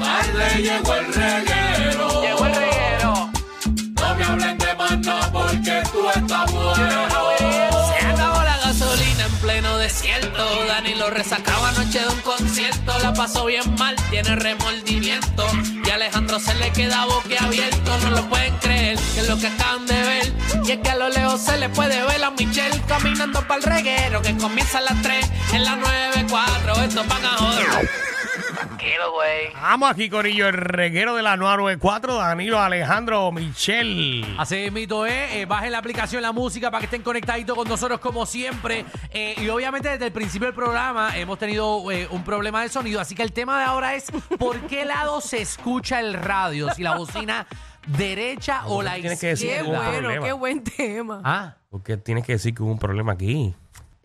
tarde, llegó el reguero. Llegó el reguero. No me hablen de maná porque tú estás bueno. Se acabó la gasolina en pleno desierto. Dani lo resacaba anoche de un concierto. La pasó bien mal, tiene remordimiento. Y a Alejandro se le queda boquiabierto. No lo pueden creer, que es lo que acaban de ver. Y es que a lo lejos se le puede ver a Michelle caminando para el reguero. Que comienza a las 3 en las 9, 4. Estos van a joder. Tranquilo, güey. Vamos aquí, Corillo, el reguero de la 994, Danilo Alejandro Michel. Así mito es, eh, bajen la aplicación, la música para que estén conectaditos con nosotros como siempre. Eh, y obviamente desde el principio del programa hemos tenido eh, un problema de sonido, así que el tema de ahora es por qué lado se escucha el radio, si la bocina derecha o la Tienes que decir Qué que hubo izquierda. un bueno, problema. qué buen tema. Ah, Porque tienes que decir que hubo un problema aquí.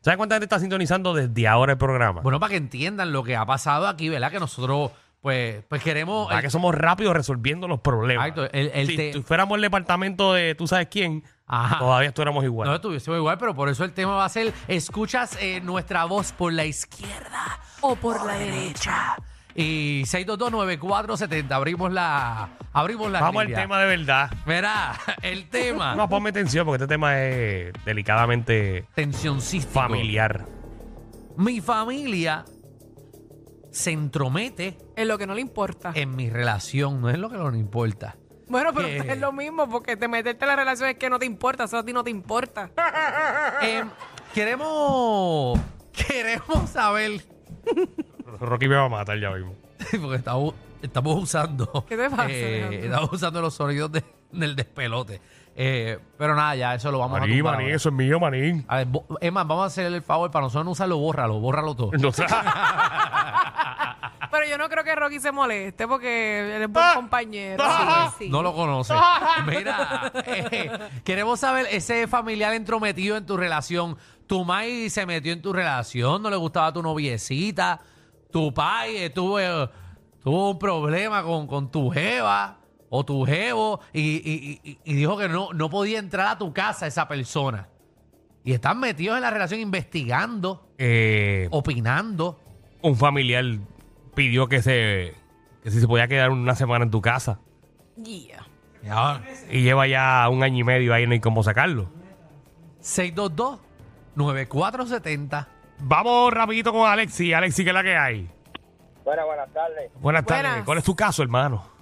¿Sabes cuánta gente está sintonizando desde ahora el programa? bueno, para que entiendan lo que ha pasado aquí, ¿verdad? Que nosotros pues, pues queremos... Para que somos rápidos resolviendo los problemas. Exacto, el- el si te- tú fuéramos el departamento de tú sabes quién, Ajá. todavía estuviéramos igual. No estuviésemos igual, pero por eso el tema va a ser, escuchas eh, nuestra voz por la izquierda. O por la derecha. Y 6229470, abrimos la. Abrimos la. Vamos al tema de verdad. Verá, el No, tema. ponme atención porque este tema es delicadamente Tensión familiar. Mi familia se entromete Es lo que no le importa. en mi relación, no es lo que nos importa. bueno, pero eh. es lo mismo, porque te meterte en la relación es que no te importa, eso a ti no te importa. Em, queremos. Queremos saber. Rocky me va a matar ya mismo. Porque estamos, estamos usando. ¿Qué te pasa, eh, Alejandro? estamos usando los sonidos de- del despelote. Eh, pero nada, ya eso lo vamos a Manín, tumbar manín, ahora. eso es mío, manín. A ver, bo- es más, vamos a hacer el favor para nosotros no usarlo, bórralo, bórralo todo. No sé. Pero yo no creo que Rocky se moleste porque él es buen compañero. Ah. Sí, sí. No lo conoce. Mira, eh, queremos saber ese familiar entrometido en tu relación. Tu mai se metió en tu relación, no le gustaba tu noviecita. Tu pai eh, tuvo, eh, tuvo un problema con, con tu jeva o tu jevo y, y- y- y dijo que no, no podía entrar a tu casa esa persona. Y están metidos en la relación investigando, Eh, opinando. un familiar pidió que se que si se podía quedar una semana en tu casa Yeah. y lleva ya un año y medio ahí no hay cómo sacarlo. 622-9470. Vamos rapidito con Alexi, Alexi, ¿qué es la que hay? Buenas, buenas tardes. Buenas tardes, Buenas. ¿cuál es tu caso, hermano?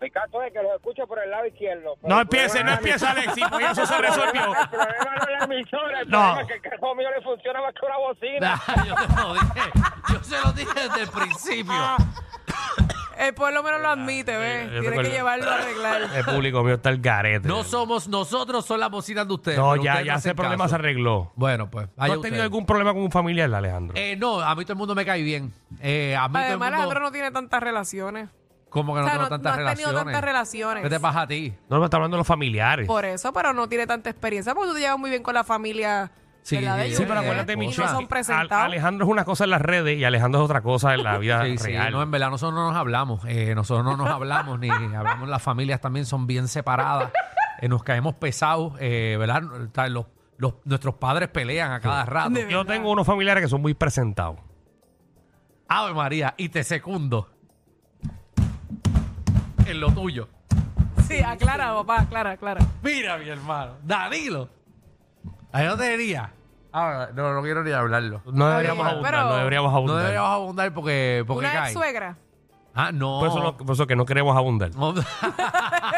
Mi caso es que los escucho por el lado izquierdo. pero No el empiece, no problema de la empiece Alexi, pues ya eso se resolvió. emisora- El problema no es la emisora, el No. problema es que el carro mío le funciona más que una bocina. Nah, Ah, yo te lo dije. Yo se lo dije desde el Ah. principio. Él por lo menos lo admite, yo ¿ves? te Tiene que acuerdo. llevarlo a arreglar. El público mío está el garete. No somos nosotros, son las bocinas de ustedes. No, pero ya, ustedes ya ese hacen problema caso. se arregló. Bueno, pues. ¿Tú allá has ustedes. tenido algún problema con un familiar, Alejandro? Eh, no, a mí todo el mundo me cae bien. Eh, a mí Además, todo el mundo. Alejandro Pues, no tiene tantas relaciones. Como que no o sea, tengo no- tantas no has tenido relaciones. tantas relaciones. ¿Qué te pasa a ti? No, me está hablando de los familiares. Por eso, pero no tiene tanta experiencia, porque tú te llevas muy bien con la familia. Sí, ¿verdad? De sí, Sí, ellos, pero Eh, acuérdate, y Michelle, no son que presentados. Al- Alejandro es una cosa en las redes y Alejandro es otra cosa en la vida Sí, sí, Ah, real. no, en verdad nosotros no nos hablamos. Eh, nosotros no nos hablamos, ni hablamos. Las familias también son bien separadas. Eh, nos caemos pesados, eh, ¿verdad? O sea, Los, los- nuestros padres pelean a cada rato. De- Yo ¿verdad? tengo unos familiares que son muy presentados. Ave María, y te secundo. En lo tuyo. Sí, aclara, papá, aclara, aclara. Mira, mi hermano. Danilo. Ahí no te diría. Ahora, Ah, no, no quiero ni hablarlo. No deberíamos bien, abundar, pero- no deberíamos No abundar. deberíamos abundar porque, porque Una cae. ex suegra. Ah, no. Por eso, no- por eso que no queremos abundar. No.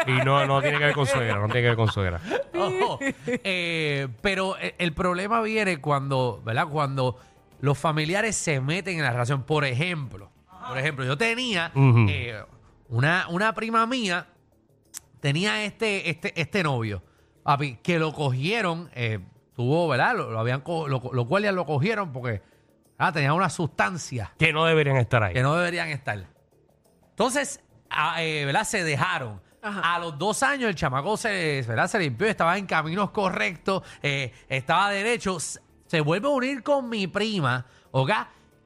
Y no, no tiene que ver con suegra, no tiene que ver con suegra. Ojo. Eh, pero eh, el problema viene cuando, ¿verdad? Cuando los familiares se meten en la relación. Por ejemplo, por ejemplo, yo tenía Ujú. eh, una, una prima mía, tenía este, este, este novio, papi, que lo cogieron, eh, tuvo, ¿verdad? Lo, lo habían co- lo, los guardias lo cogieron porque ah, tenía una sustancia Que no deberían estar ahí. que no deberían estar. Entonces, a- eh, ¿verdad? Se dejaron. Ajá. A los dos años el chamaco se, ¿verdad? se limpió, estaba en caminos correctos, eh, estaba derecho. S- Se vuelve a unir con mi prima, ¿ok?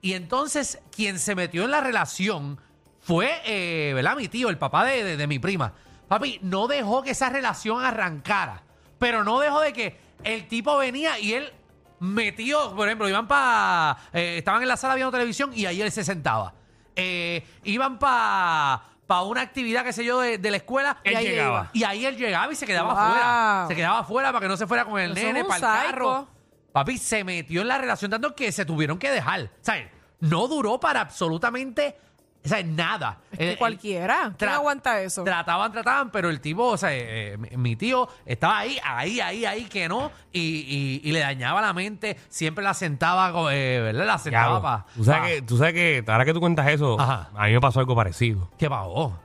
Y entonces quien se metió en la relación fue, eh, ¿verdad? Mi tío, el papá de, de- de mi prima. Papi, no dejó que esa relación arrancara, pero no dejó de que el tipo venía y él metió, por ejemplo, iban para, estaban en la sala viendo televisión y ahí él se sentaba. Eh, iban para una actividad, qué sé yo, de, de la escuela. Él y ahí llegaba. iba. Y ahí él llegaba y se quedaba Wow. afuera. Se quedaba afuera para que no se fuera con el Eso es nene, un para el carro. psycho. Papi, se metió en la relación tanto que se tuvieron que dejar. ¿Sabes? No duró para absolutamente ¿sabes? nada. Eh, Que El- el- cualquiera. ¿Quién Tra- aguanta eso? Trataban, trataban, pero el tipo, o sea, eh, eh, mi mi tío estaba ahí, ahí, ahí, ahí, que no, y, y- y le dañaba la mente, siempre la sentaba, co- eh, ¿verdad? La sentaba Diablo. para... Tú sabes, que, tú sabes que ahora que tú cuentas eso, Ah. Ajá. a mí me pasó algo parecido. ¿Qué pagó?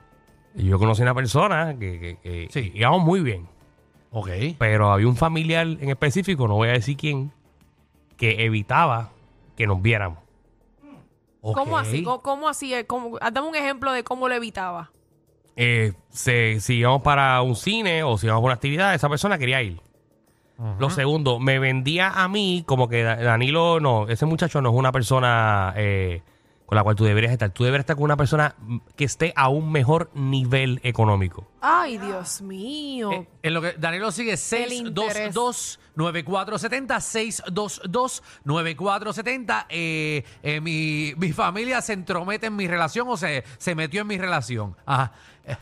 Y Yo conocí una persona que, que, que Sí. íbamos muy bien, Ok. pero había un familiar en específico, no voy a decir quién, que evitaba que nos viéramos. ¿Cómo ok. así? ¿Cómo, cómo así? es? ¿Cómo? Ah, Dame un ejemplo de cómo lo evitaba. Eh, se- si íbamos para un cine o si íbamos a una actividad, esa persona quería ir. Lo segundo, me vendía a mí como que Da- Danilo, no, ese muchacho no es una persona eh, con la cual tú deberías estar. Tú deberías estar con una persona mm, que esté a un mejor nivel económico. Ay, Ah. Dios mío. Eh, en lo que Danilo sigue El interés. 622-9470, 622-9470. Eh, eh, mi, mi familia se entromete en mi relación o se, se metió en mi relación. Ajá. Eh,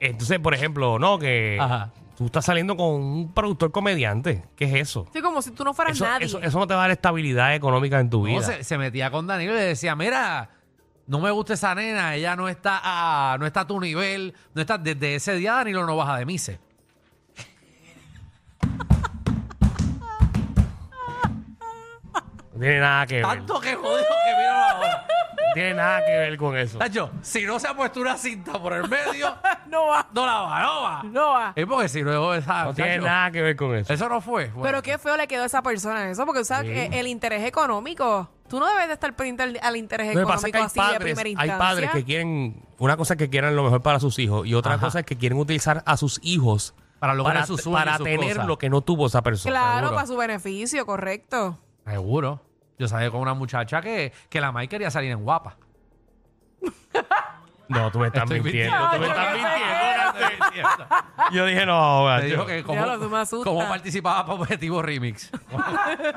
Entonces, por ejemplo, no, que Ajá. tú estás saliendo con un productor comediante. ¿Qué es eso? Sí, como si tú no fueras Eso, nadie. eso- eso no te va a dar estabilidad económica en tu no, vida. se, se metía con Danilo y le decía, mira, no me gusta esa nena, ella no está a, no está a tu nivel. no está Desde ese día Danilo no baja de mise. No tiene nada que ver. Tanto que jodido que vino ahora. No tiene nada que ver con eso. Tacho, si no se ha puesto una cinta por el medio, no va. no la va, no va. No va. Es porque si luego esa, No tiene tacho, nada que ver con eso. Eso no fue. Bueno. Pero qué feo le quedó a esa persona eso, porque tú sabes Sí. que el interés económico. Tú no debes de estar pendiente al, al interés Lo que económico pasa es que hay así de padres, primera hay instancia. padres que quieren, una cosa es que quieran lo mejor para sus hijos y otra Ajá. cosa es que quieren utilizar a sus hijos Para lograr para, sus sueños y para sus tener cosas. lo que no tuvo esa persona. Claro, seguro. para su beneficio, correcto. Seguro. Yo sabía con una muchacha que, que la May quería salir en guapa. No, tú me estás Estoy mintiendo, tú me estás Ay, qué mintiendo. Estoy mintiendo. Yo dije, no, Me dijo yo- que Diablo, tú me cómo, asustas. cómo participaba para Objetivo Remix.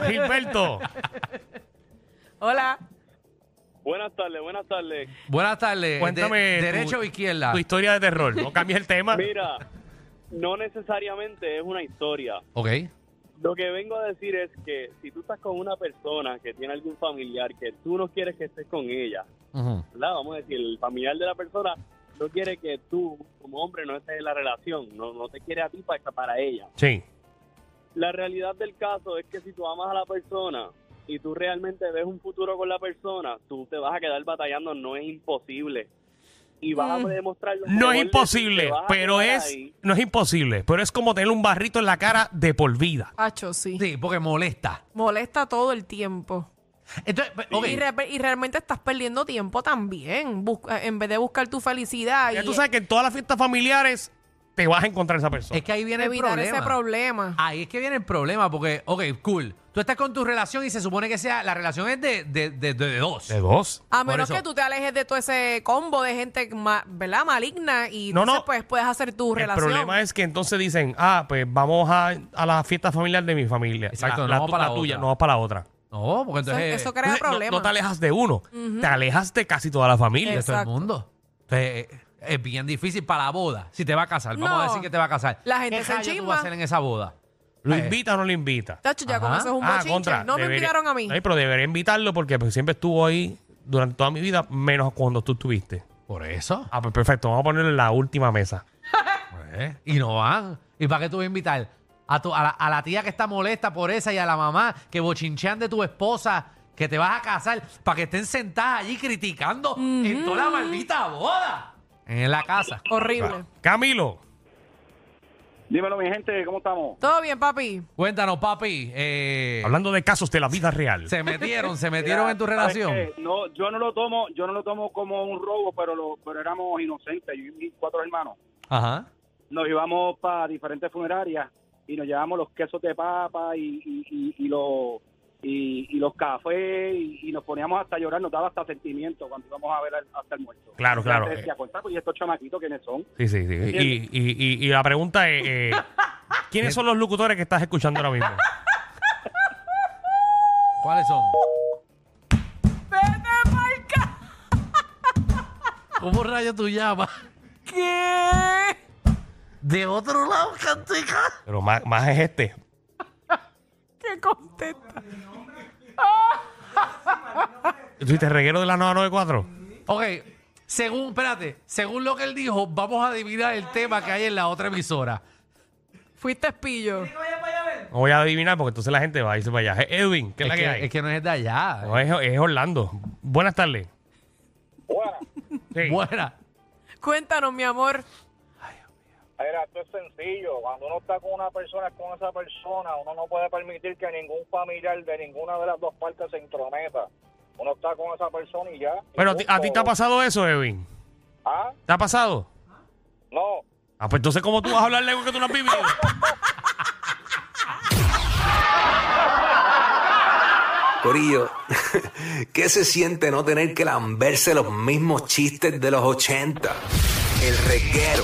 Gilberto. Hola. Buenas tardes, buenas tardes. Buenas tardes. De- Cuéntame tu- derecho o izquierda. Tu historia de terror. No cambies el tema. Mira, no necesariamente es una historia. Ok. Lo que vengo a decir es que si tú estás con una persona que tiene algún familiar que tú no quieres que estés con ella, Ujú. ¿verdad? Vamos a decir, el familiar de la persona no quiere que tú, como hombre, no estés en la relación, no, no te quiere a ti para, para ella. Sí. La realidad del caso es que si tú amas a la persona y tú realmente ves un futuro con la persona, tú te vas a quedar batallando, no es imposible. Y vas a demostrarlo. No es imposible, pero es. No es imposible, pero es como tener un barrito en la cara de por vida. Hacho, sí. Sí, porque molesta. Molesta todo el tiempo. Entonces, ok. Y, re- y realmente estás perdiendo tiempo también. Busca- en vez de buscar tu felicidad Ya y tú sabes que en todas las fiestas familiares te vas a encontrar esa persona. Es que ahí viene el evitar problema. ese problema. Ahí es que viene el problema, porque, ok, cool. Tú estás con tu relación y se supone que sea la relación es de, de, de- de dos. De dos. A Por menos eso. que tú te alejes de todo ese combo de gente, ma- ¿verdad? Maligna y No, entonces, no. pues puedes hacer tu El relación. problema es que entonces dicen, ah, pues vamos a, a la fiesta familiar de mi familia. Exacto, no la, vamos tu- para la tuya, otra. no vamos para la otra. No, porque Eso, entonces. eso crea Entonces, no- problemas. No, te alejas de uno, te alejas de casi toda la familia. de todo el Exacto. mundo. Entonces, eh, es bien difícil para la boda. Si te va a casar, vamos No. a decir que te va a casar. La gente ¿Qué se rayo tú enchisma. vas a hacer en esa boda? ¿Lo Eh, invita o no lo invita? Tacho, ya con Ajá. eso es un Ah, bochinche. contra. no me debería- invitaron a mí. Ay, pero debería invitarlo porque pues, siempre estuvo ahí durante toda mi vida, menos cuando tú estuviste. Por eso. Ah, pues perfecto, vamos a ponerlo en la última mesa. Pues, Y no van. ¿Y para qué tú vas a invitar? A, tu- a la, a la tía que está molesta por esa y a la mamá que bochinchean de tu esposa que te vas a casar para que estén sentadas allí criticando en toda la maldita boda. En la casa. Horrible. Camilo, Dímelo, mi gente, ¿cómo estamos? ¿Todo bien, papi? Cuéntanos, papi. eh, hablando de casos de la vida real. se metieron, se metieron en tu ¿Sabes relación. qué? No, yo no lo tomo, yo no lo tomo como un robo, pero lo, pero éramos inocentes, yo y mis cuatro hermanos. Ajá. Nos íbamos para diferentes funerarias y nos llevamos los quesos de papa y, y, y, y los y, y los cafés y, y nos poníamos hasta llorar, nos daba hasta sentimiento cuando íbamos a ver al- hasta el muerto. Claro, claro. Entonces decía, "Contra, pues, ¿y estos chamaquitos quiénes son? Sí, sí, sí. Y, y- y- y la pregunta es, eh, ¿quiénes son los locutores que estás escuchando ahora mismo? ¿Cuáles son? ¡Vete pa'l ca- ¿Cómo rayos tú llamas? ¿Qué? De otro lado, cantica. Pero más, más es este. ¿Qué contesta? ¿Tú dijiste reguero de la 994? Ok, según, espérate, según lo que él dijo, vamos a adivinar el tema que hay en la otra emisora. Fuiste espillo. No voy a adivinar porque entonces la gente va a irse para allá. Eh, Edwin, ¿qué es, es, la que, que, hay? es que no es de allá. No, es, es Orlando. Buenas tardes. Bueno, Sí. Buena. Cuéntanos, mi amor. Era, esto es sencillo. Cuando uno está con una persona, es con esa persona. Uno no puede permitir que ningún familiar de ninguna de las dos partes se intrometa. Uno está con esa persona y ya. Pero a ti, a ti te ha pasado? pasado eso, Edwin. Ah, ¿Te ha pasado? no. Ah, pues entonces, ¿cómo tú vas a hablar de algo que tú no has vivido? Corillo, ¿qué se siente no tener que lamberse los mismos chistes de los 80? El reguero